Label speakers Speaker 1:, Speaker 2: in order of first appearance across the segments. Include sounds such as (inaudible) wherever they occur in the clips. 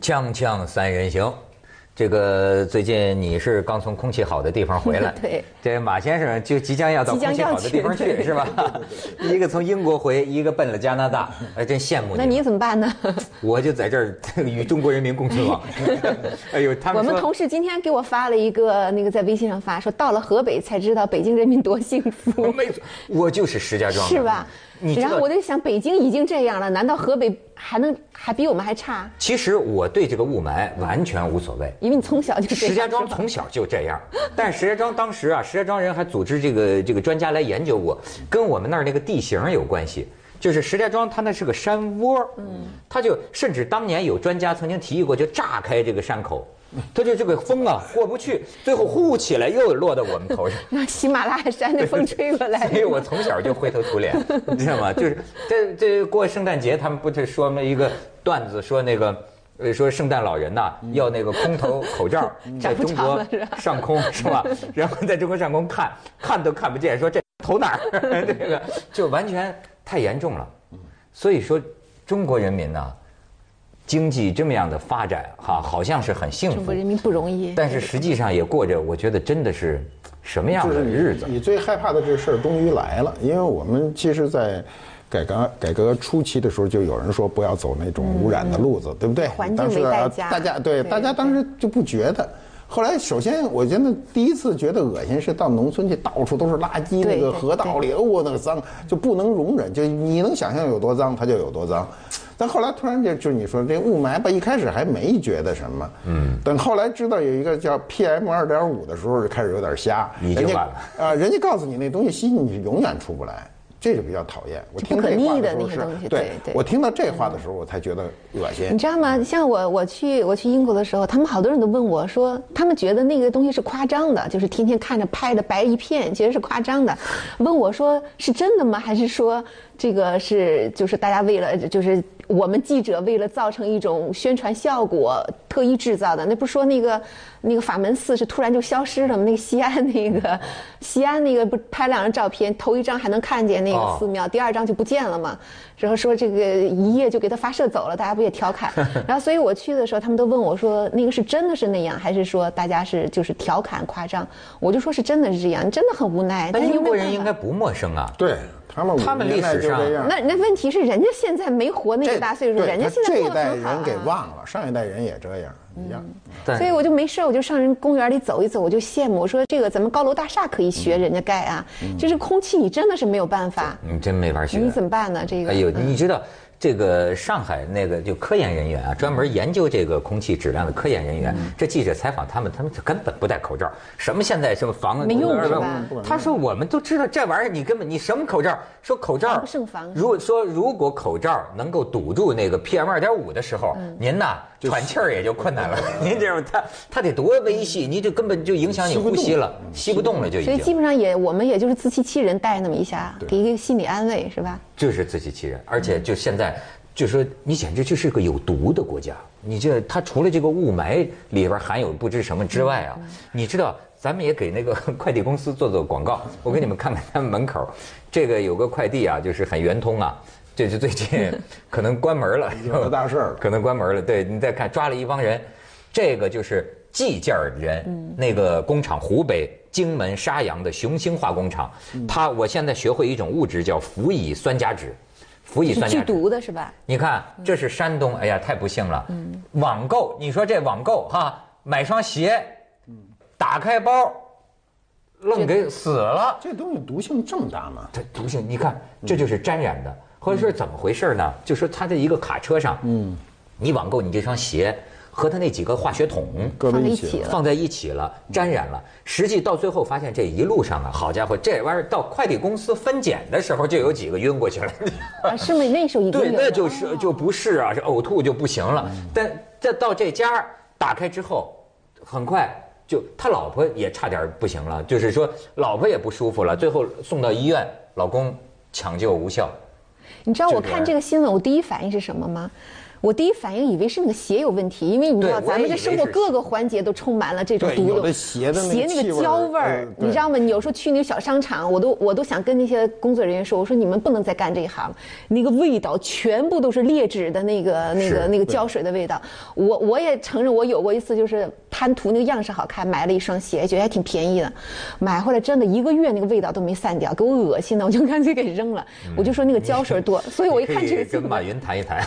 Speaker 1: 锵锵三人行，这个最近你是刚从空气好的地方回来，
Speaker 2: (laughs) 对，
Speaker 1: 这马先生就即将要到
Speaker 2: 即
Speaker 1: 空
Speaker 2: 将
Speaker 1: 气
Speaker 2: 要
Speaker 1: 好的地方
Speaker 2: 去
Speaker 1: 去，
Speaker 2: (laughs) 对
Speaker 1: 是吧？一个从英国回，一个奔了加拿大，哎，真羡慕
Speaker 2: 那
Speaker 1: 你
Speaker 2: 你
Speaker 1: 们。
Speaker 2: 怎么
Speaker 1: (laughs)
Speaker 2: 办呢？
Speaker 1: 我就在这儿 (laughs) 与中国人民共存
Speaker 2: (laughs)
Speaker 1: 亡。哎呦，他
Speaker 2: 我
Speaker 1: 们
Speaker 2: 们
Speaker 1: 说
Speaker 2: 同事今天给我发了一个那个在微信上发，说到了河北才知道北京人民多幸
Speaker 1: (laughs) 我
Speaker 2: 福，
Speaker 1: 没错，我就是石家庄的
Speaker 2: 是吧？
Speaker 1: 你知道
Speaker 2: 然后我就想，北京已经这样了，难道河北还能还比我们还差？
Speaker 1: 其实我对这个雾霾完全无所谓。
Speaker 2: 因为你从小就这样。
Speaker 1: 石家庄
Speaker 2: 是吧
Speaker 1: 从小就这样，但是石家庄当时啊，石家庄人还组织这个这个专家来研究过，跟我们那儿那个地形有关系。就是石家庄，它那是个山窝，嗯，它就甚至当年有专家曾经提议过，就炸开这个山口，它就这个风啊过不去，最后呼起来又落到我们头上。
Speaker 2: 让喜马拉雅山的风吹过来
Speaker 1: 所，以我从小就灰头土
Speaker 2: (laughs)
Speaker 1: 脸，你知道吗？就是这这过圣诞节，他们不是说那一个段子，说那个。呃，说圣诞老人呐、要那个空
Speaker 2: (laughs)
Speaker 1: 头口罩，在
Speaker 2: 长不
Speaker 1: 中
Speaker 2: 嗯长
Speaker 1: 国
Speaker 2: 了是吧
Speaker 1: 上空是
Speaker 2: (laughs)
Speaker 1: 吧？然后在中国上空看看都看不见，说这头哪儿？ (laughs) 这个就完全太严重了。
Speaker 2: 嗯
Speaker 1: 所以说，中国人民呢、经济这么样的发展哈、好像是很幸
Speaker 2: 中
Speaker 1: 福
Speaker 2: 国，人民不容易。
Speaker 1: 但是实际上也过着我觉得真的是什么样
Speaker 3: 就
Speaker 1: 的
Speaker 3: 是
Speaker 1: 日子？
Speaker 3: 你最害怕的这事儿终于来了，因为我们其实，在改革改革初期的时候，就有人说不要走那种污染的路子，对不对？
Speaker 2: 嗯环境
Speaker 3: 当时
Speaker 2: 为代
Speaker 3: 啊
Speaker 2: 价
Speaker 3: 大家对
Speaker 2: 对
Speaker 3: 大家当时就不觉得。后来，首先我觉得第一次觉得恶心是到农村去，到处都是垃圾，
Speaker 2: 对
Speaker 3: 那个
Speaker 2: 对
Speaker 3: 河道里，哦，那个脏就不能容忍，就你能想象有多脏，它就有多脏。但后来突然就就你说这雾霾吧，一开始还没觉得什么，嗯，等后来知道有一个叫 PM 二点五的时候，就开始有点瞎，
Speaker 1: 你就
Speaker 3: 人家
Speaker 1: 完了
Speaker 3: 啊、人家告诉你那东西吸进去永远出不来，这就比较讨厌。我
Speaker 2: 就
Speaker 3: 听
Speaker 2: 不可
Speaker 3: 这话
Speaker 2: 逆
Speaker 3: 的
Speaker 2: 的
Speaker 3: 时
Speaker 2: 那
Speaker 3: 候
Speaker 2: 些
Speaker 3: 是
Speaker 2: 东西对对
Speaker 3: 我听到这话的时候，我才觉得恶
Speaker 2: 你
Speaker 3: 心。
Speaker 2: 知道吗？像我我去我去英国的时候，他们好多人都问我说，他们觉得那个东西是夸张的，就是天天看着拍的白一片，觉得是夸张的，问我说是真的吗？还是说这个是就是大家为了就是我们记者为了造成一种宣传效果特意制造的？那不是说那个那个法门寺是突然就消失了吗？那个西安那个西安那个不拍两张照片，头一张还能看见那
Speaker 1: 哦
Speaker 2: 个寺庙。秒，第二张就不见了嘛。然后说这个一夜就给他发射走了，大家不也调侃？然后所以我去的时候，他们都问我说那个是真的是那样，还是说大家是就是调侃夸张？我就说是真的是这样，真的很无奈。
Speaker 1: 但
Speaker 2: 但是又
Speaker 1: 英
Speaker 2: 没有
Speaker 1: 国人应
Speaker 2: 办
Speaker 1: 该
Speaker 2: 法。
Speaker 1: 不陌生啊。
Speaker 3: 对他们，
Speaker 1: 他们历史
Speaker 3: 就
Speaker 1: 上
Speaker 3: 这样。
Speaker 2: 那那问题是，人家现在没活那
Speaker 3: 这
Speaker 2: 个大岁数，
Speaker 3: 对
Speaker 2: 人家
Speaker 3: 他
Speaker 2: 现在
Speaker 3: 这
Speaker 2: 过
Speaker 3: 一
Speaker 2: 得
Speaker 3: 代
Speaker 2: 很好、啊。嗯
Speaker 3: 人给忘了，上一代人也这样一样。
Speaker 1: 但
Speaker 2: 所以我就没事儿，我就上人公园里走一走，我就羡慕，我说这个咱们高楼大厦可以学人家盖啊，就是空气你真的是没有办法，
Speaker 1: 你真没法学。
Speaker 2: 你怎么办呢？这个嗯
Speaker 1: 哎呦，你知道这个上海那个就科研人员啊，专门研究这个空气质量的科研人员，
Speaker 2: 嗯
Speaker 1: 这记者采访他们，他们就根本不戴口罩，什么现在什么防
Speaker 2: 没用
Speaker 1: 什么
Speaker 2: 是吧
Speaker 1: 他说我们都知道这玩意儿，你根本你什么口罩？说口罩
Speaker 2: 防啊不胜防
Speaker 1: 如果说如果口罩能够堵住那个 PM 二点五的时候，
Speaker 2: 嗯
Speaker 1: 您呐喘气儿也就困难了。您这样他他得多微细，你这根本就影响你
Speaker 3: 吸不
Speaker 1: 呼
Speaker 3: 动
Speaker 1: 吸了，吸不动了就已
Speaker 2: 所以
Speaker 1: 经。
Speaker 2: 基本上也，我们也就是自欺欺人，带那么一下，给一个心理安慰，是吧？
Speaker 1: 就是自欺欺人，而且就现在，就说你简直就是个有毒的国家。你这它除了这个雾霾里边含有不知什么之外啊，你知道咱们也给那个快递公司做做广告。我给你们看看他们门口，这个有个快递啊，就是很圆通啊，这是最近可能关门了，
Speaker 3: 有的大事儿了
Speaker 1: 可能关门了。对你再看，抓了一帮人，这个就是计件儿人，
Speaker 2: 嗯
Speaker 1: 那个工厂湖北荆门沙洋的雄兴化工厂，它我现在学会一种物质叫氟乙酸甲酯，氟乙酸
Speaker 2: 剧
Speaker 1: 甲酯。
Speaker 2: 毒的是吧？
Speaker 1: 你看，这是山东，哎呀，太不幸了。
Speaker 2: 嗯
Speaker 1: 网购，你说这网购哈，买双鞋，
Speaker 2: 嗯
Speaker 1: 打开包，愣给死了。
Speaker 3: 这东西毒性这么大吗？
Speaker 1: 它毒性，你看这就是沾染的。后来说怎么回事呢？就说他在一个卡车上，嗯，你网购你这双鞋和他那几个化学桶
Speaker 3: 搁在
Speaker 2: 放在
Speaker 3: 一
Speaker 2: 一
Speaker 3: 起
Speaker 2: 起
Speaker 3: 了
Speaker 2: 了。
Speaker 1: 放在一起了，沾染了。实际到最后发现这一路上啊，好家伙，这玩意儿到快递公司分拣的时候就有几个晕过去了。
Speaker 2: 啊，是吗？那时候已经
Speaker 1: 对，
Speaker 2: 有
Speaker 1: 那
Speaker 2: 了嗯
Speaker 1: 就是就不是啊，是呕吐就不行了。但这到这家打开之后，很快就他老婆也差点不行了，就是说老婆也不舒服了，最后送到医院，老公抢救无效。
Speaker 2: 你知道我
Speaker 1: 这个
Speaker 2: 看这个新闻，我第一反应是什么吗？我第一反应以为是那个鞋有问题，因为你知道
Speaker 1: 对我也
Speaker 2: 咱们
Speaker 1: 以
Speaker 2: 这
Speaker 1: 为
Speaker 2: 生活
Speaker 1: 是
Speaker 2: 各个环节都充满了这种
Speaker 3: 对
Speaker 2: 毒
Speaker 3: 有
Speaker 2: 的
Speaker 3: 的鞋的那个
Speaker 2: 那
Speaker 3: 气
Speaker 2: 个
Speaker 3: 味
Speaker 2: 胶
Speaker 3: 儿
Speaker 2: 味儿
Speaker 3: 呃，
Speaker 2: 你知
Speaker 3: 对
Speaker 2: 道吗？你有时候去那个小商场，我都我都想跟那些工作人员说，我说你们不能再干这一行了，那个味道全部都是劣质的那个那个
Speaker 1: 是
Speaker 2: 那个
Speaker 3: 对
Speaker 2: 胶水的味道。我我也承认，我有过一次就是贪图那个样式好看，买了一双鞋，觉得还挺便宜的，买回来真的一个月那个味道都没散掉，给我恶心的，我就干脆给扔了。我就说那个胶水多，所以哎我一看这
Speaker 1: 你可
Speaker 2: 个
Speaker 1: 以
Speaker 2: 字
Speaker 1: 跟马云谈一谈，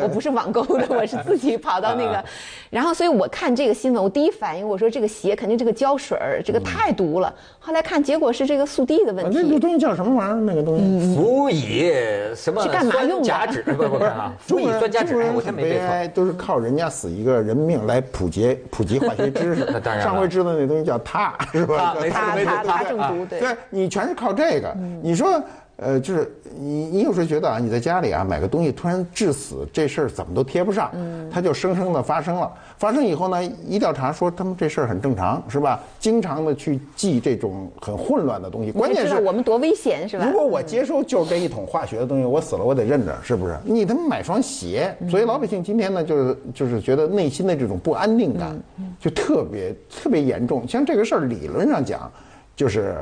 Speaker 2: 我不是网购的，我是自己跑到那个
Speaker 1: 啊，
Speaker 2: 然后所以我看这个新闻，我第一反应我说这个鞋肯定这个胶水儿
Speaker 3: 嗯
Speaker 2: 这个太毒了，后来看结果是这个速递的问
Speaker 3: 啊那个
Speaker 2: 题，
Speaker 3: 东西叫什么玩意儿？那个东西。
Speaker 2: 嗯
Speaker 1: 辅以什么
Speaker 2: 是干嘛
Speaker 1: 酸
Speaker 2: 用的
Speaker 1: 甲酯？不不不啊，辅以酸甲酯，哎我真
Speaker 3: 很
Speaker 1: 没
Speaker 3: 悲
Speaker 1: 背错。
Speaker 3: 哀，都是靠人家死一个人命来普及普及化学知识。
Speaker 1: (laughs) 那当然了
Speaker 3: 上回知道那东西叫铊，是吧？
Speaker 1: 铊没错
Speaker 3: 叫
Speaker 2: 他
Speaker 1: 没错
Speaker 2: 他
Speaker 1: 对
Speaker 2: 他
Speaker 1: 对
Speaker 2: 中毒对。
Speaker 3: 啊
Speaker 2: 嗯
Speaker 3: 对你全是靠这个。你说，呃，就是你，你有时候觉得啊，你在家里啊买个东西突然致死，这事儿怎么都贴不上，
Speaker 2: 嗯
Speaker 3: 它就生生的发生了。发生以后呢，一调查说他们这事儿很正常，是吧？经常的去记这种很混乱的东西，关
Speaker 2: 你
Speaker 3: 键
Speaker 2: 知
Speaker 3: 是
Speaker 2: 道我们多危险是吧
Speaker 3: 如？果我接收就是这一桶化学的东西，我死了我得认着，是不是？你他妈买双鞋，
Speaker 2: 嗯
Speaker 3: 所以老百姓今天呢，就是就是觉得内心的这种不安定感，
Speaker 2: 嗯
Speaker 3: 就特别特别严重。像这个事儿，理论上讲，就是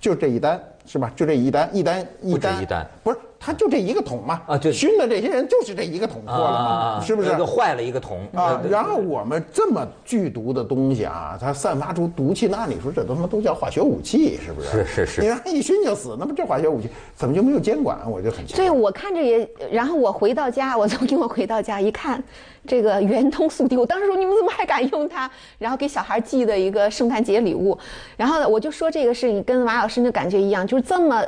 Speaker 3: 就这一单是吧？就这一单，一单一
Speaker 1: 不止
Speaker 3: 单
Speaker 1: 一单，
Speaker 3: 不是他就这一个桶嘛？
Speaker 1: 啊对
Speaker 3: 熏的这些人就是这一个桶破了嘛，是不是
Speaker 1: 啊那？个坏了一个桶呃
Speaker 3: 啊，然后我们这么剧毒的东西啊，它散发出毒气，那按理说这他妈都叫化学武器，是不是？
Speaker 1: 是是是
Speaker 3: 你让一熏就死，那不这化学武器怎么就没有监管？我就很奇怪。
Speaker 2: 对，我看着也，然后我回到家，我从因为我回到家一看，这个圆通速递，我当时说你们怎么还敢用它？然后给小孩寄的一个圣诞节礼物，然后呢我就说这个事情跟马老师那感觉一样，就是这么。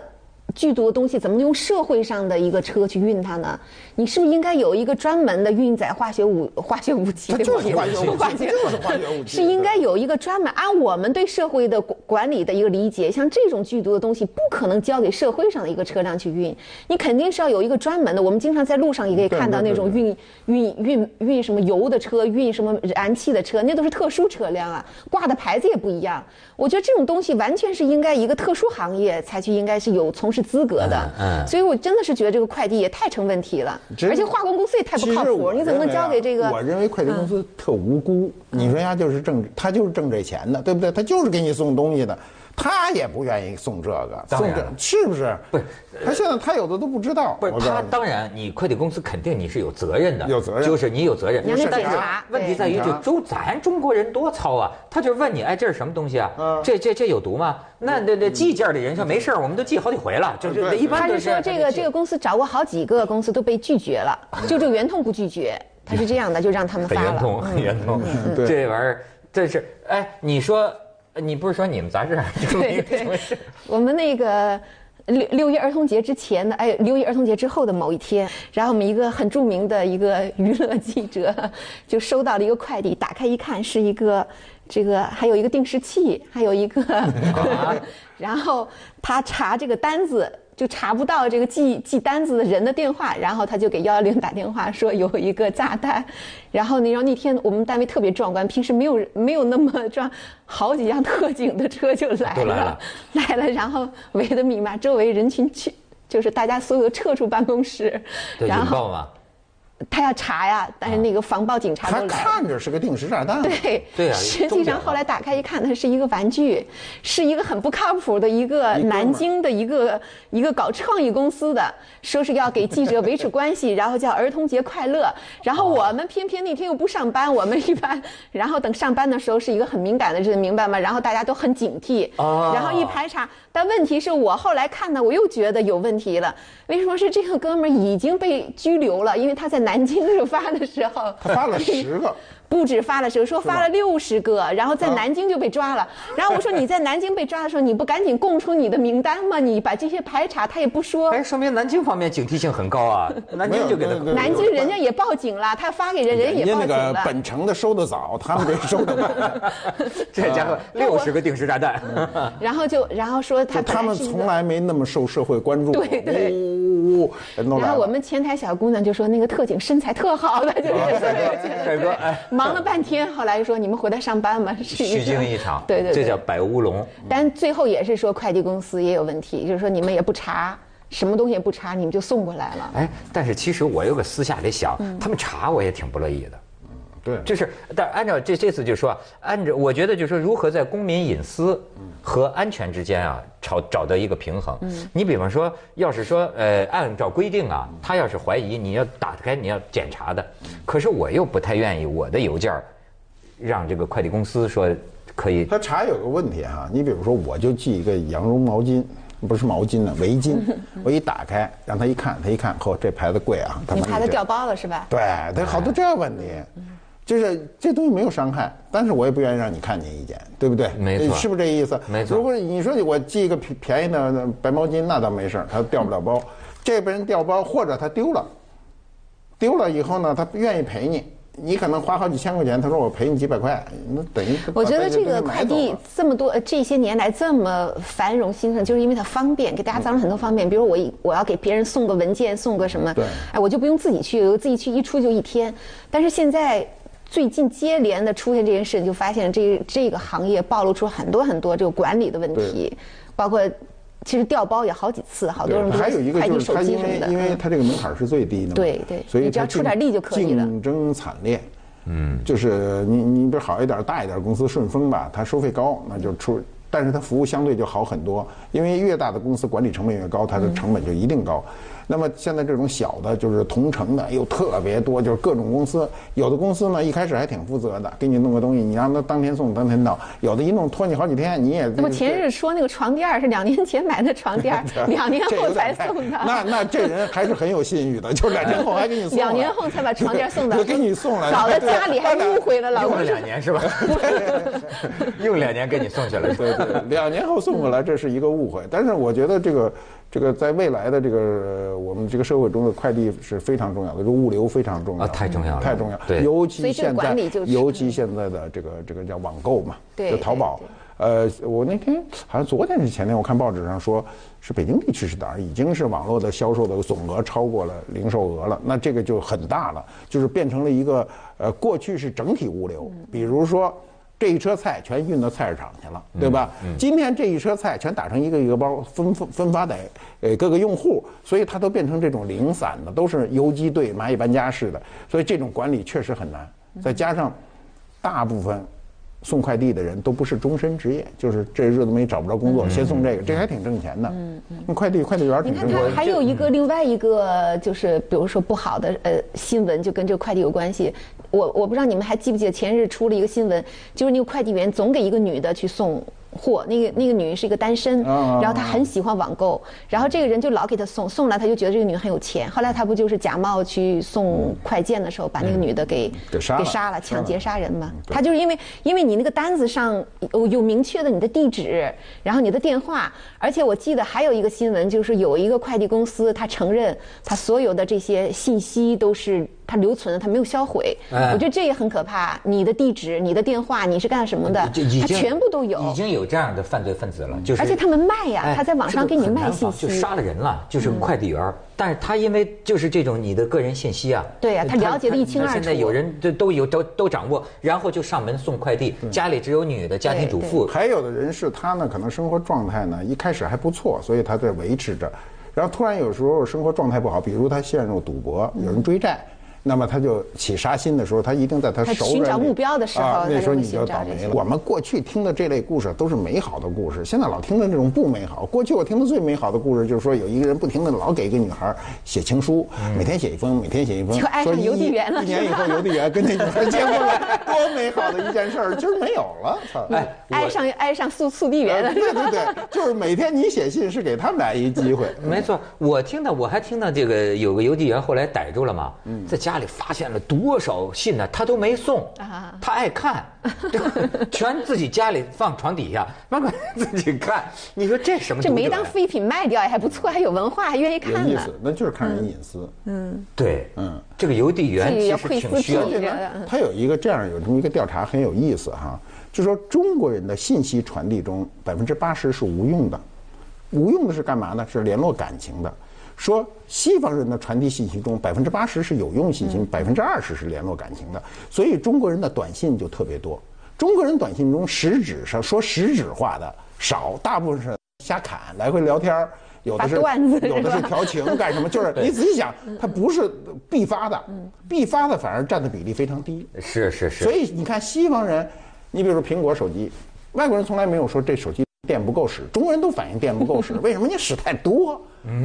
Speaker 2: 剧毒的东西怎么用社会上的一个车去运它呢？你是不是应该有一个专门的运载化学武化学武器
Speaker 3: 它
Speaker 2: 的？
Speaker 3: 就是化学武器
Speaker 2: 化学
Speaker 3: 就是化学武器
Speaker 2: (laughs) 是应该有一个专门按我们对社会的管管理的一个理解，像这种剧毒的东西不可能交给社会上的一个车辆去运，你肯定是要有一个专门的。我们经常在路上也可以
Speaker 3: 嗯对
Speaker 2: 看到那
Speaker 3: 对对
Speaker 2: 种
Speaker 3: 对
Speaker 2: 运运运运什么油的车，运什么燃气的车，那都是特殊车辆啊，挂的牌子也不一样。我觉得这种东西完全是应该一个特殊行业才去，应该是有从事资格的。
Speaker 1: 嗯嗯
Speaker 2: 所以我真的是觉得这个快递也太成问题了，
Speaker 3: 真
Speaker 2: 而且化工公司也太不
Speaker 3: 其
Speaker 2: 靠
Speaker 3: 实
Speaker 2: 谱，
Speaker 3: 我
Speaker 2: 你怎么能
Speaker 3: 认为啊
Speaker 2: 交给这个？嗯
Speaker 3: 我认为快递公司特无辜。你说人家就是挣，他就是挣这钱的，对不对？他就是给你送东西的，他也不愿意送这个，
Speaker 1: 当
Speaker 3: 送
Speaker 1: 然
Speaker 3: 这
Speaker 1: 了
Speaker 3: 是不是？不是，他现在他有的都不知道。
Speaker 1: 不是
Speaker 3: 我告诉
Speaker 1: 他，
Speaker 3: 你
Speaker 1: 当然，你快递公司肯定你是有责任的，
Speaker 3: 有责任
Speaker 1: 就是你有责任
Speaker 2: 你让他。
Speaker 1: 但
Speaker 2: 检
Speaker 1: 是
Speaker 2: 查
Speaker 1: 问题
Speaker 2: 对
Speaker 1: 在于，就周咱中国人多糙啊，他就是问你，哎，这是什么东西啊？
Speaker 3: 嗯
Speaker 1: 这这这有毒吗？那那那寄件的人说没事儿我们都寄好几回了，就就
Speaker 3: 对
Speaker 1: 一般
Speaker 2: 他
Speaker 1: 都
Speaker 2: 是
Speaker 1: 这
Speaker 2: 说
Speaker 1: 样啊
Speaker 2: 这个这个公司找过好几个公司都被拒绝了，就这个圆通不拒绝，他是这样的，就让他们
Speaker 1: 很
Speaker 2: 发
Speaker 1: 圆
Speaker 2: 了。嗯
Speaker 1: 通，很圆通。
Speaker 3: 嗯对
Speaker 1: 这玩意儿，这是哎，你说，你不是说你们杂志
Speaker 2: (laughs)
Speaker 1: 还出了一
Speaker 2: 对
Speaker 1: 个什么事？
Speaker 2: 我们那个六六一儿童节之前的，哎，六一儿童节之后的某一天，然后我们一个很著名的一个娱乐记者就收到了一个快递，打开一看是一个这个还有一个定时器，还有一个，
Speaker 1: 啊
Speaker 2: (laughs) 然后他查这个单子。就查不到这个寄寄单子的人的电话，然后他就给幺幺零打电话说有一个炸弹，然后呢，然后那天我们单位特别壮观，平时没有人没有那么壮，好几辆特警的车就来
Speaker 1: 都来了
Speaker 2: 了， (laughs) 来了，然后围得密麻，周围人群去，就是大家所有撤出办公室，
Speaker 1: 对，
Speaker 2: 然
Speaker 1: 引
Speaker 2: 后
Speaker 1: 爆啊嘛。
Speaker 2: 他要查呀，但是那个防暴警察
Speaker 3: 他
Speaker 2: 都来了。
Speaker 3: 看着是个定时炸弹，
Speaker 2: 对，
Speaker 1: 对啊
Speaker 2: 实际
Speaker 1: 重点
Speaker 2: 上
Speaker 1: 了
Speaker 2: 后来打开一看，它是一个玩具，是一个很不靠谱的一个
Speaker 3: 一哥们儿
Speaker 2: 南京的一个一个搞创意公司的，说是要给记者维持关系， (laughs) 然后叫儿童节快乐。然后
Speaker 1: 哦
Speaker 2: 我们偏偏那天又不上班，我们一般，然后等上班的时候是一个很敏感的日子，明白吗？然后大家都很警惕，
Speaker 1: 哦
Speaker 2: 然后一排查。但问题是我后来看呢，我又觉得有问题了。为什么是这个哥们儿已经被拘留了？因为他在南京 (laughs) 时候发的时候，
Speaker 3: 他发了十
Speaker 2: (laughs)
Speaker 3: 个。
Speaker 2: 不止发了十个，说发了六十个，然后在
Speaker 3: 啊
Speaker 2: 南京就被抓了。然后我说你在南京被抓的时候，你不赶紧供出你的名单吗？你把这些排查，他也不说。
Speaker 1: 哎，说明南京方面警惕性很高
Speaker 3: (laughs)
Speaker 1: 啊，南京就给他
Speaker 3: 没有对对对
Speaker 2: 南京人家也报警了，他发给人，人也
Speaker 3: 家
Speaker 2: 报
Speaker 3: 那
Speaker 2: 警
Speaker 3: 个
Speaker 2: 了。
Speaker 3: 本城的收的早，他们这收的晚，
Speaker 1: (laughs) 这家伙六十个定时炸弹。
Speaker 2: 嗯然后就然后说 (laughs) 他
Speaker 3: 就他
Speaker 2: 本来
Speaker 3: 们
Speaker 2: 是一
Speaker 3: 从
Speaker 2: 个。
Speaker 3: 来没那么受社会关注过。
Speaker 2: 对对
Speaker 3: 呜呜呜，人都来了。
Speaker 2: 然后我们前台小姑娘就说那个特警身材特好的，就是
Speaker 3: 啊
Speaker 2: (laughs)
Speaker 1: 帅哥哎
Speaker 2: 忙了半天，后来就说你们回来上班吧，
Speaker 1: (laughs)
Speaker 2: 是
Speaker 1: 虚惊一场，
Speaker 2: 对对，嗯
Speaker 1: 这
Speaker 2: 对
Speaker 1: 叫百乌龙。
Speaker 2: 但最后也是说快递公司也有问题，就是说你们也不查，什么东西也不查，你们就送过来了。
Speaker 1: 哎，但是其实我有个私下里想，
Speaker 2: 嗯
Speaker 1: 他们查我也挺不乐意的。
Speaker 3: 对，
Speaker 1: 就是，但按照这这次就说啊，按照我觉得就是说，如何在公民隐私和安全之间啊，找找到一个平衡。
Speaker 2: 嗯
Speaker 1: 你比方说，要是说呃，按照规定啊，他要是怀疑，你要打开，你要检查的。可是我又不太愿意我的邮件儿让这个快递公司说可
Speaker 3: (laughs)
Speaker 1: 以
Speaker 3: 他查有个问题哈、你比如说，我就寄一个羊绒毛巾，不是毛巾呢，围
Speaker 2: (laughs)
Speaker 3: 巾，我一打开，让他一看，他一看，嚯，这牌子贵啊，他
Speaker 2: 你
Speaker 3: 妈
Speaker 2: 怕他
Speaker 3: 这
Speaker 2: 掉包了是吧？
Speaker 3: 对，他好
Speaker 2: 嗯
Speaker 3: 多这问题，就是这东西没有伤害，但是我也不愿意让你看见一点，对不对？
Speaker 1: 没错
Speaker 3: 是不是这意思？
Speaker 1: 没错
Speaker 3: 如果你说我寄一个便便宜的白毛巾，那倒没事儿，他掉不了包。这被人掉包，或者他丢了，丢了以后呢，他愿意赔你。你可能花好几千块钱，他说我赔你几百块，那等于
Speaker 2: 我觉得
Speaker 3: 把
Speaker 2: 这
Speaker 3: 东
Speaker 2: 个
Speaker 3: 西买
Speaker 2: 快
Speaker 3: 走了
Speaker 2: 递这么多，呃这些年来这么繁荣兴盛，就是因为它方便，给大家造成很多方便。比如我一我要给别人送个文件，送个什么
Speaker 3: 嗯对，
Speaker 2: 哎，我就不用自己去，我自己去一出就一天。但是现在最近接连的出现这件事，你就发现这这个行业暴露出很多很多这个管理的问题，包括其实调包也好几次，好多人
Speaker 3: 对，
Speaker 2: 都是
Speaker 3: 还有一个
Speaker 2: 快
Speaker 3: 就
Speaker 2: 递
Speaker 3: 是
Speaker 2: 手
Speaker 3: 它
Speaker 2: 机
Speaker 3: 因
Speaker 2: 什
Speaker 3: 为
Speaker 2: 么的。
Speaker 3: 因为
Speaker 2: 嗯
Speaker 3: 它这个门槛是最低的嘛，
Speaker 2: 对对
Speaker 3: 所以
Speaker 2: 你只要
Speaker 3: 它
Speaker 2: 出点
Speaker 3: 竞
Speaker 2: 力就可以了
Speaker 3: 竞争惨烈，嗯，就是你你比如好一点大一点公司顺丰吧，它收费高，那就出。但是它服务相对就好很多，因为越大的公司管理成本越高，它
Speaker 2: 嗯
Speaker 3: 的成本就一定高。那么现在这种小的，就是同城的，又特别多，就是各种公司。有的公司呢，一开始还挺负责的，给你弄个东西，你让他当天送当天到；有的一弄拖你好几天，你也，
Speaker 2: 那么前日说那个床垫儿是两年前买的床垫儿
Speaker 3: (laughs)
Speaker 2: 两年
Speaker 3: 这
Speaker 2: 后
Speaker 3: 有
Speaker 2: 才
Speaker 3: 点太
Speaker 2: 送的。
Speaker 3: 那那这人还是很有信誉的，就是两年后还给你送来。
Speaker 2: 两年后才把床垫送
Speaker 3: (laughs)
Speaker 2: 到，
Speaker 3: 就给你送来了
Speaker 2: 搞得家里还误会了，老
Speaker 1: 用
Speaker 2: 公
Speaker 1: 了
Speaker 2: 说
Speaker 1: 两年是吧？ (laughs) 用两年给你送去了。
Speaker 3: (laughs) 对对，两年后送过来，这是一个误会。但是我觉得这个这个在未来的这个呃我们这个社会中的快递是非常重要的，这个物流非常重要，
Speaker 1: 啊太重要了
Speaker 3: 太重要。
Speaker 1: 对
Speaker 3: 尤
Speaker 2: 所
Speaker 3: 其
Speaker 2: 以这个
Speaker 3: 现在
Speaker 2: 管理，就是嗯
Speaker 3: 尤其现在的这个这个叫网购嘛，
Speaker 2: 对
Speaker 3: 就淘宝
Speaker 2: 对对。
Speaker 3: 呃，我那天好像昨天还是前天，我看报纸上说，是北京地区是哪儿已经是网络的销售的总额超过了零售额了，那这个就很大了，就是变成了一个呃，过去是整体物流，比如说。这一车菜全运到菜市场去了，对吧？今天这一车菜全打成一个一个包，分分分发给呃各个用户，所以它都变成这种零散的，都是游击队、蚂蚁搬家式的，所以这种管理确实很难。再加上大部分送快递的人都不是终身职业，就是这日子没找不着工作，先送这个，这还挺挣钱的。嗯，快递快递员儿
Speaker 2: 嗯你
Speaker 3: 挺
Speaker 2: 看
Speaker 3: 挣钱
Speaker 2: 他
Speaker 3: 的。
Speaker 2: 还有一个另外一个就是，比如说不好的呃新闻，就跟这个快递有关系。我我不知道你们还记不记得前日出了一个新闻，就是那个快递员总给一个女的去送。货那个那个女是一个单身，
Speaker 3: 啊
Speaker 2: 然后她很喜欢网购，然后这个人就老给她送，送来她就觉得这个女很有钱。后来她不就是假冒去送快件的时候，把那个女的给
Speaker 3: 嗯给杀了
Speaker 2: 给杀了，
Speaker 3: 杀了
Speaker 2: 抢劫杀人嘛。他就是因为因为你那个单子上有有明确的你的地址，然后你的电话，而且我记得还有一个新闻，就是有一个快递公司，他承认他所有的这些信息都是他留存的，他没有销毁。
Speaker 1: 哎
Speaker 2: 我觉得这也很可怕，你的地址、你的电话、你是干什么的
Speaker 1: 这已，
Speaker 2: 他
Speaker 1: 经
Speaker 2: 全部都
Speaker 1: 已
Speaker 2: 有，
Speaker 1: 经有这样的犯罪分子了，就是
Speaker 2: 而且他们卖呀
Speaker 1: 哎，
Speaker 2: 他在网上给你
Speaker 1: 这个很
Speaker 2: 卖
Speaker 1: 难
Speaker 2: 信
Speaker 1: 防
Speaker 2: 息嗯
Speaker 1: 就。杀了人了，就是快递员儿。但是他因为就是这种你的个人信息啊，
Speaker 2: 对呀他了解得一清二楚
Speaker 1: 现在有人都都有都都掌握，然后就上门送快递，
Speaker 2: 嗯
Speaker 1: 家里只有女的家庭主妇，
Speaker 3: 还有的人是他呢，可能生活状态呢一开始还不错，所以他在维持着，然后突然有时候生活状态不好，比如他陷入赌博，有人追债。那么他就起杀心的时候，他一定在他
Speaker 2: 他
Speaker 3: 熟人
Speaker 2: 寻找
Speaker 3: 里
Speaker 2: 目标的时候
Speaker 3: 啊
Speaker 2: 他
Speaker 3: 那
Speaker 2: 就
Speaker 3: 时候
Speaker 2: 会
Speaker 3: 你
Speaker 2: 寻
Speaker 3: 就
Speaker 2: 找
Speaker 3: 倒
Speaker 2: 这
Speaker 3: 霉
Speaker 2: 些
Speaker 3: 了。我们过去听的这类故事都是美好的故事，现在老听着这种不美好。过去我听的最美好的故事就是说，有一个人不停的老给一个女孩写情书，每天写一封，每天写一
Speaker 2: 嗯
Speaker 3: 封，
Speaker 2: 就爱
Speaker 3: 说
Speaker 2: 上邮
Speaker 3: 一
Speaker 2: 递员了
Speaker 3: 一年以后，邮递员跟那女孩结婚了，多美好的一件事儿，今儿没有了，操！
Speaker 1: 哎，我
Speaker 2: 爱上爱上速速递员
Speaker 3: 呃
Speaker 2: 了，
Speaker 3: 对对对，就是每天你写信是给他们俩一机会。嗯
Speaker 1: 没错，我听到我还听到这个有个邮递员后来逮住了嘛，
Speaker 2: 嗯
Speaker 1: 在家里发现了多少信呢、他都没送
Speaker 2: 啊，
Speaker 1: 他爱看，
Speaker 2: (laughs)
Speaker 1: 全自己家里放床底下，慢慢自己看。你说这什么？
Speaker 2: 这没当废品卖掉也还不错，还有文化，还愿意
Speaker 3: 有
Speaker 2: 看
Speaker 3: 意
Speaker 2: 呢
Speaker 3: 思。，那就是看人隐私。
Speaker 1: 对，
Speaker 3: 嗯
Speaker 1: 这个邮递员
Speaker 2: 自己
Speaker 1: 其
Speaker 2: 要
Speaker 1: 实
Speaker 2: 窥
Speaker 1: 挺
Speaker 2: 私
Speaker 1: 需要
Speaker 2: 癖
Speaker 3: 这
Speaker 2: 这
Speaker 3: 边
Speaker 2: 个
Speaker 3: 他有一个这样有这么一个调查很有意思哈，就说中国人的信息传递中百分之八十是无用的，无用的是干嘛呢？是联络感情的。说西方人的传递信息中百分之八十是有用信息，
Speaker 2: 嗯
Speaker 3: 百分之二十是联络感情的，所以中国人的短信就特别多。中国人短信中实质上说实质化的少，大部分是瞎侃来回聊天儿。有的是
Speaker 2: 把段子是吧
Speaker 3: 有的是调情干什
Speaker 1: (laughs)
Speaker 3: 么，就是你仔细想，
Speaker 1: 嗯
Speaker 3: 它不是必发的，必发的反而占的比例非常低。
Speaker 1: 是是嗯是，
Speaker 3: 所以你看西方人，你比如说苹果手机，外国人从来没有说这手机电不够使，中国人都反映电不
Speaker 1: (laughs)
Speaker 3: 够使，为什么？你使太多。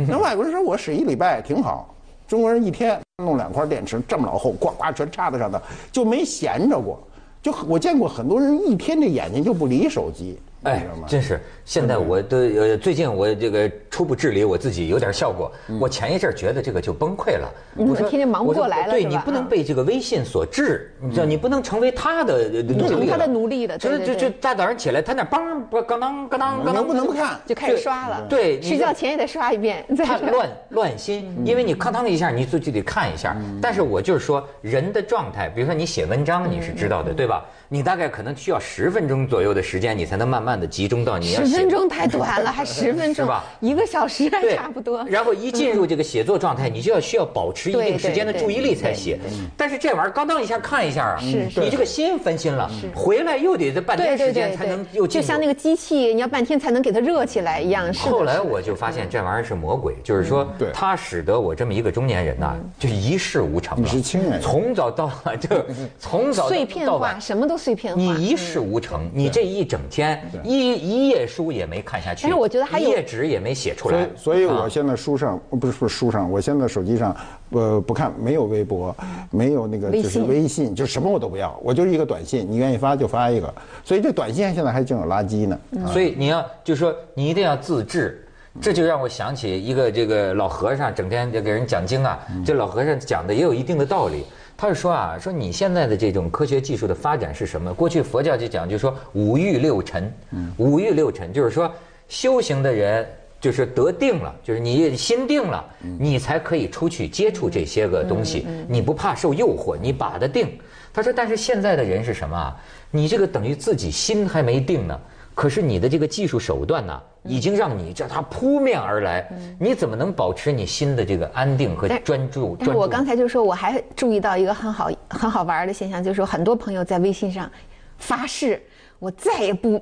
Speaker 3: 那外国人说我使一礼拜挺好，中国人一天弄两块电池这么老厚，呱呱全插在上头，就没闲着过。就我见过很多人一天这眼睛就不离手机，你
Speaker 1: 哎
Speaker 3: 知道吗，？
Speaker 1: 真是！现在我都
Speaker 2: 嗯
Speaker 1: 呃，最近我这个初步治理我自己有点效果。我前一阵儿觉得这个就崩溃了，
Speaker 2: 嗯
Speaker 1: 我说
Speaker 2: 天天忙不
Speaker 1: 我说
Speaker 2: 过来了
Speaker 1: 对
Speaker 2: 是吧嗯
Speaker 1: 你不能被这个微信所制，你知道，你不能成为他的呃奴
Speaker 2: 成
Speaker 1: 隶
Speaker 2: 为
Speaker 1: 了，
Speaker 2: 他的奴隶了对
Speaker 1: 就是
Speaker 2: 对
Speaker 1: 就
Speaker 2: 对
Speaker 1: 就大早上起来，他那梆不咯当咯当咯
Speaker 3: 能
Speaker 1: 当，
Speaker 3: 不能不看？
Speaker 2: 就开始刷了。
Speaker 1: 对你
Speaker 2: 睡觉前也得刷一遍，再
Speaker 1: 他
Speaker 2: 刷。
Speaker 1: 乱乱心，
Speaker 2: 嗯
Speaker 1: 因为你咔当的一下，你就就得看一下。但是我就是说，人的状态，比如说你写文章，你是知
Speaker 2: 嗯
Speaker 1: 道的，对吧？你大概可能需要十分钟左右的时间，你才能慢慢的集中到你要
Speaker 2: 十
Speaker 1: 写的
Speaker 2: 分钟太
Speaker 1: (laughs)
Speaker 2: 短了，还十分
Speaker 1: 是
Speaker 2: 钟
Speaker 1: 吧，
Speaker 2: 一个小时还
Speaker 1: 对，
Speaker 2: 差不多。嗯
Speaker 1: 然后一进入这个写作状态，你就要需要保持一
Speaker 2: 对
Speaker 1: 定时间的
Speaker 2: 对
Speaker 1: 注意力才写。但是这玩意儿刚当一下看一下啊，
Speaker 2: 是是
Speaker 1: 你这个心分心了，回来又得这半
Speaker 2: 对
Speaker 1: 天
Speaker 2: 对
Speaker 1: 时间
Speaker 2: 对
Speaker 1: 才能
Speaker 2: 对，
Speaker 1: 又进
Speaker 2: 就
Speaker 1: 入
Speaker 2: 像那个机器，你要半天才能给它热起来一样。是的
Speaker 1: 后来我就发现这玩意儿是魔鬼，就是说
Speaker 3: 嗯对，
Speaker 1: 它使得我这么一个中年人呐，
Speaker 2: 嗯
Speaker 1: 就一事无成了。
Speaker 3: 你是青年人啊
Speaker 1: 从早到晚就从早
Speaker 2: 碎片
Speaker 1: 到
Speaker 2: 化，
Speaker 1: 晚，
Speaker 2: 什么都碎片化。
Speaker 1: 你一事无成，你这一整天一一页书也没看下去，
Speaker 2: 但是我觉得还有
Speaker 1: 一页纸也没写出
Speaker 3: 所以
Speaker 1: 来，，
Speaker 3: 所以我现在书上不是不是书上，我现在手机上，呃，不看，没有微博，没有那个
Speaker 2: 微
Speaker 3: 就是
Speaker 2: 信
Speaker 3: 微信，就什么我都不要，我就是一个短信，你愿意发就发一个。所以这短信现在还净有垃圾呢。
Speaker 2: 嗯
Speaker 1: 所以你要就说你一定要自制。这就让我想起一个这个老和尚，整天就给人讲经啊。这老和尚讲的也有一定的道理。他是说啊，说你现在的这种科学技术的发展是什么？过去佛教就讲，就说五欲六尘。五欲六尘就是说，修行的人就是得定了，就是你心定了，你才可以出去接触这些个东西。你不怕受诱惑，你把得定。他说，但是现在的人是什么啊？你这个等于自己心还没定呢。可是你的这个技术手段呢、
Speaker 2: 嗯
Speaker 1: 已经让你叫它扑面而来，你怎么能保持你心的这个安定和
Speaker 2: 但
Speaker 1: 专注？
Speaker 2: 但是我刚
Speaker 1: 才
Speaker 2: 才就说，我还注意到一个很好很好玩的现象，就是说很多朋友在微信上发誓，我再也不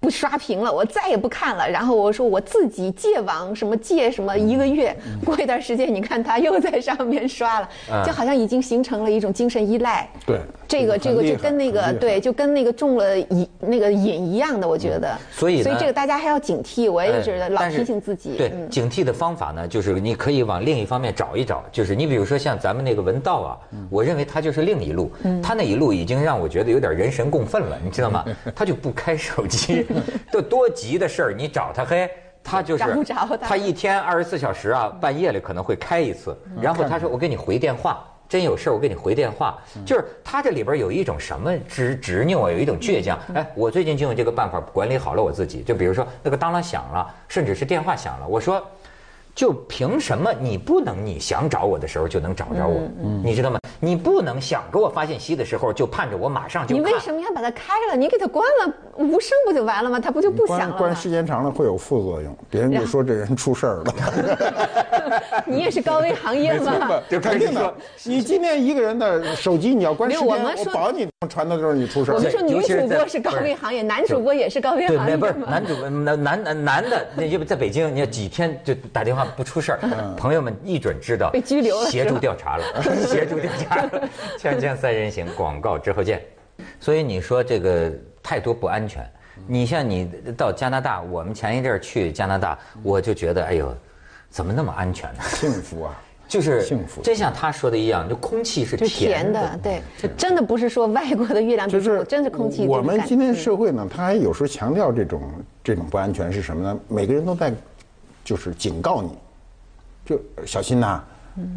Speaker 2: 不刷屏了，我再也不看了。然后我说我自己戒网，什么戒什么一个月，
Speaker 1: 嗯
Speaker 2: 过一段时间，你看他又在上面刷了，
Speaker 1: 啊
Speaker 2: 就好像已经形成了一种精神依赖。
Speaker 3: 对
Speaker 2: 这个这
Speaker 3: 这个
Speaker 2: 个
Speaker 3: 很厉
Speaker 2: 就
Speaker 3: 害
Speaker 2: 跟那个
Speaker 3: 很厉害
Speaker 2: 对，就跟那个中了瘾那个瘾一样的，我觉得。
Speaker 1: 嗯所以呢哎
Speaker 2: 所以这个大家还要警惕，我也觉得老
Speaker 1: 但是
Speaker 2: 提醒自己。嗯
Speaker 1: 对，警惕的方法呢，就是你可以往另一方面找一找，就是你比如说像咱们那个文道啊，
Speaker 2: 嗯
Speaker 1: 我认为他就是另一路，他那一路已经让我觉得有点人神共愤了，你知道
Speaker 2: (laughs)
Speaker 1: 吗？他就不开手机，就多急的事儿你找他嘿。他就是
Speaker 2: 找不着他
Speaker 1: 他一天二十四小时啊，半夜里可能会开一次。
Speaker 2: 嗯
Speaker 1: 然后他说：“我给你回电话，真有事儿我给你回电话。”
Speaker 2: 嗯
Speaker 1: 就是他这里边有一种什么执执拗啊，有一种倔强。
Speaker 2: 嗯
Speaker 1: 哎，我最近就用这个办法管理好了我自己。就比如说那个当啷响了，甚至是电话响了，我说。就凭什么你不能你想找我的时候就能找着我？
Speaker 2: 嗯
Speaker 1: 你知道吗？你不能想给我发信息的时候就盼着我马上就
Speaker 2: 你
Speaker 1: 看。
Speaker 2: 为什么要把它开了？你给它关了，无声不就完了吗？它不就不响
Speaker 3: 关
Speaker 2: 了
Speaker 3: 关
Speaker 2: 吗？
Speaker 3: 时间长了会有副作用，别人就说这人出事
Speaker 2: (laughs)
Speaker 3: 儿了。
Speaker 2: 你也是高危行业吗？
Speaker 3: (laughs) 就肯定的，你今天一个人的手机你要关
Speaker 2: 没
Speaker 3: 时
Speaker 2: 有
Speaker 3: 间，
Speaker 2: 我们
Speaker 3: 我
Speaker 2: 说
Speaker 3: 保你传的就是你出事
Speaker 2: 我
Speaker 3: 儿
Speaker 2: 们
Speaker 3: 了。
Speaker 2: 说女
Speaker 1: 尤其是
Speaker 2: 主
Speaker 1: 在
Speaker 2: 播是高危行业，男主播也是高危
Speaker 1: 对，
Speaker 2: 行业
Speaker 1: 那不是
Speaker 2: 吗？
Speaker 1: 男主嗯男男男男的，那要不在北京，你要几天就打电话不出事儿， (laughs) 朋友们一准知道
Speaker 2: 嗯被拘留了
Speaker 1: 协助调查了， (laughs) 协助调查了。锵锵三人行，广告之后见。所以你说这个太多不安全，你像你到加拿大，我们前一阵儿去加拿大，我就觉得哎呦，怎么那么安全呢？
Speaker 3: 幸福啊！
Speaker 1: 就是
Speaker 3: 幸福
Speaker 1: 真像他说的一样，就空气是
Speaker 2: 就
Speaker 1: 甜
Speaker 2: 甜
Speaker 1: 的
Speaker 2: 的，，对，真的不是说外国的月亮
Speaker 3: 就
Speaker 2: 比
Speaker 3: 是
Speaker 2: 真是空气。
Speaker 3: 我
Speaker 2: 这种
Speaker 3: 们
Speaker 2: 感嗯
Speaker 3: 今天社会呢，它还有时候强调这种这种不安全是什么呢？每个人都在就是警告你，就小心呐、
Speaker 2: 嗯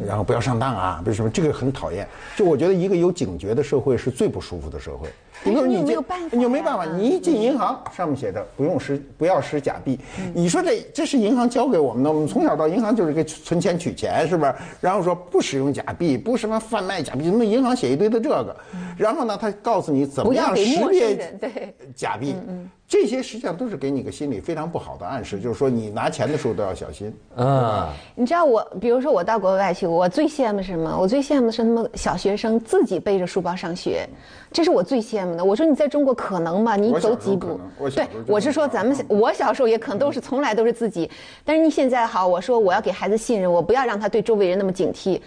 Speaker 3: 然后不要上当啊！为什么这个很讨厌？就我觉得一个有警觉的社会是最不舒服的社会。比如说
Speaker 2: 哎你有
Speaker 3: 你
Speaker 2: 没
Speaker 3: 这
Speaker 2: 有办法呀
Speaker 3: 你就没办法，你一进银行，上面写着不用使不要使假币。
Speaker 2: 嗯
Speaker 3: 你说这这是银行教给我们的，我们从小到银行就是给存钱取钱，是吧？然后说不使用假币，不什么贩卖假币，那银行写一堆的这个。然后呢，他告诉你怎
Speaker 2: 嗯不
Speaker 3: 么
Speaker 2: 要
Speaker 3: 样
Speaker 2: 给
Speaker 3: 识
Speaker 2: 陌生
Speaker 3: 别
Speaker 2: 人对。嗯
Speaker 3: 假币，这些实际上都是给你个心理非常不好的暗示，就是说你拿钱的时候都要小心。
Speaker 1: 嗯，
Speaker 2: 你知道我，比如说我到国外去，我最羡慕什么？我最羡慕是他们小学生自己背着书包上学，这是我最羡羡慕的。我说你在中国可能吗？你
Speaker 3: 我
Speaker 2: 走
Speaker 3: 小时候
Speaker 2: 几步
Speaker 3: 可能我？小
Speaker 2: 对
Speaker 3: 时候，就
Speaker 2: 我是
Speaker 3: 能
Speaker 2: 说
Speaker 3: 想
Speaker 2: 咱们
Speaker 3: 象
Speaker 2: 我小时候也可能都是从来都是自己，但是你现在好，我说我要给孩子信任，我不要让他对周围人那么警惕。
Speaker 3: 嗯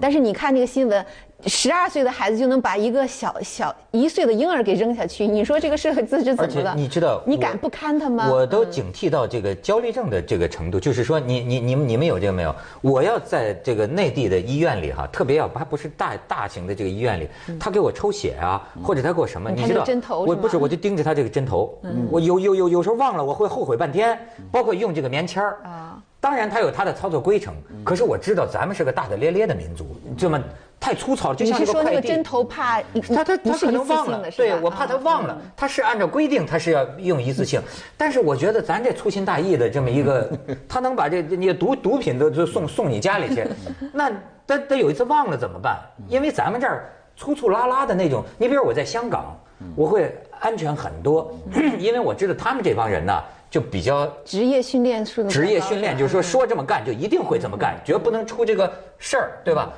Speaker 2: 但是你看这个新闻，十二岁的孩子就能把一个小小一岁的婴儿给扔下去，你说这个是这是
Speaker 1: 而
Speaker 2: 怎么
Speaker 1: 且
Speaker 2: 了？
Speaker 1: 你知道，
Speaker 2: 你
Speaker 1: 我
Speaker 2: 敢不看他吗？嗯
Speaker 1: 我都警惕到这个焦虑症的这个程度，就是说你，你你你们你们有这个没有？我要在这个内地的医院里哈，特别要还不是大大型的这个医院里，
Speaker 2: 嗯
Speaker 1: 他给我抽血啊，或者他给我什么，
Speaker 2: 你
Speaker 1: 你
Speaker 2: 看
Speaker 1: 知
Speaker 2: 这
Speaker 1: 道？
Speaker 2: 嗯针头
Speaker 1: 我
Speaker 2: 是吗嗯
Speaker 1: 不是，我就盯着他这个针头，嗯我有有有有时候忘了，我会后悔半天，包括用这个棉签儿
Speaker 2: 啊。嗯
Speaker 1: 当然，它有它的操作规程，可是我知道咱们是个大大咧咧的民族，这么太粗糙了，就
Speaker 2: 你
Speaker 1: 像
Speaker 2: 是
Speaker 1: 这
Speaker 2: 说那
Speaker 1: 快
Speaker 2: 个
Speaker 1: 递。
Speaker 2: 针头怕一
Speaker 1: 他他
Speaker 2: 不
Speaker 1: 他
Speaker 2: 是
Speaker 1: 可
Speaker 2: 一
Speaker 1: 能
Speaker 2: 次
Speaker 1: 忘
Speaker 2: 性
Speaker 1: 了
Speaker 2: 的，是吧？
Speaker 1: 对我怕他
Speaker 2: 啊
Speaker 1: 忘了，他是按照规定他是要用一次性，但是我觉得咱这粗心大意的这么一
Speaker 2: (laughs)
Speaker 1: 个，他能把这你毒毒品都都送送你家里
Speaker 2: (laughs)
Speaker 1: 去，那他他有一次忘了怎么办？
Speaker 2: 嗯
Speaker 1: 因为咱们这儿粗粗拉拉的那种，你比如我在香港，
Speaker 2: 嗯
Speaker 1: 我会安全很多， (clears throat) 因为我知道他们这帮人呢就比较
Speaker 2: 职业训练是
Speaker 1: 职业训练，就是说说这么干就一定会这么干，绝不能出这个事儿，对吧？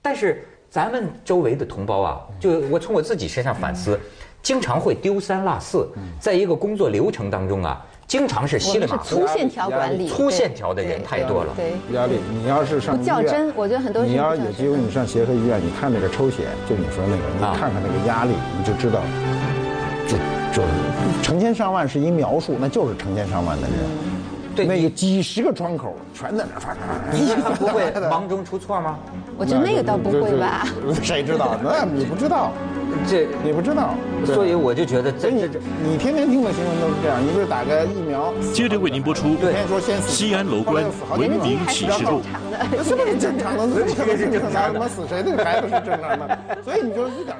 Speaker 1: 但是咱们周围的同胞啊，就我从我自己身上反思，经常会丢三落四，在一个工作流程当中啊，经常是
Speaker 2: 我
Speaker 1: 稀里
Speaker 2: 们
Speaker 1: 马
Speaker 2: 是
Speaker 1: 虎。
Speaker 2: 粗线条管理，
Speaker 1: 粗
Speaker 2: 对
Speaker 1: 线条的人
Speaker 2: 对
Speaker 1: 太多了
Speaker 2: 对，
Speaker 3: 压力，你要是上
Speaker 2: 不
Speaker 3: 医
Speaker 2: 较
Speaker 3: 院，
Speaker 2: 真我觉得很多人
Speaker 3: 你
Speaker 2: 不
Speaker 3: 要
Speaker 2: 较
Speaker 3: 有
Speaker 2: 真
Speaker 3: 机会，你上协和医院，你看那个抽血，就你说那个，
Speaker 1: 啊
Speaker 3: 你看看那个压力，你就知道，就就成千上万是一描述，那就是成千上万的人。
Speaker 1: 对
Speaker 3: 那
Speaker 1: 你
Speaker 3: 个几十个窗口全在那儿发，
Speaker 1: 你们不会忙中出错吗？
Speaker 2: 我觉得那个倒不会吧。
Speaker 3: 就？就谁知道？那你不知道，
Speaker 1: (laughs) 这，
Speaker 3: 你不知道。对
Speaker 1: 所以我就觉得
Speaker 3: 所
Speaker 1: 这
Speaker 3: 以你
Speaker 1: 这这。
Speaker 3: 你天天听的新闻都是这样，你不是打个疫苗？
Speaker 4: 接着为您播出
Speaker 3: 每天说先死
Speaker 4: 西安楼观文
Speaker 2: 人家
Speaker 4: 明
Speaker 2: 还是
Speaker 4: 启
Speaker 2: 比较
Speaker 4: 示录
Speaker 2: 正。常的。
Speaker 3: (laughs) 这是不是正常的？这是正常的，怎么死谁对孩子是正常的？所以你就一点。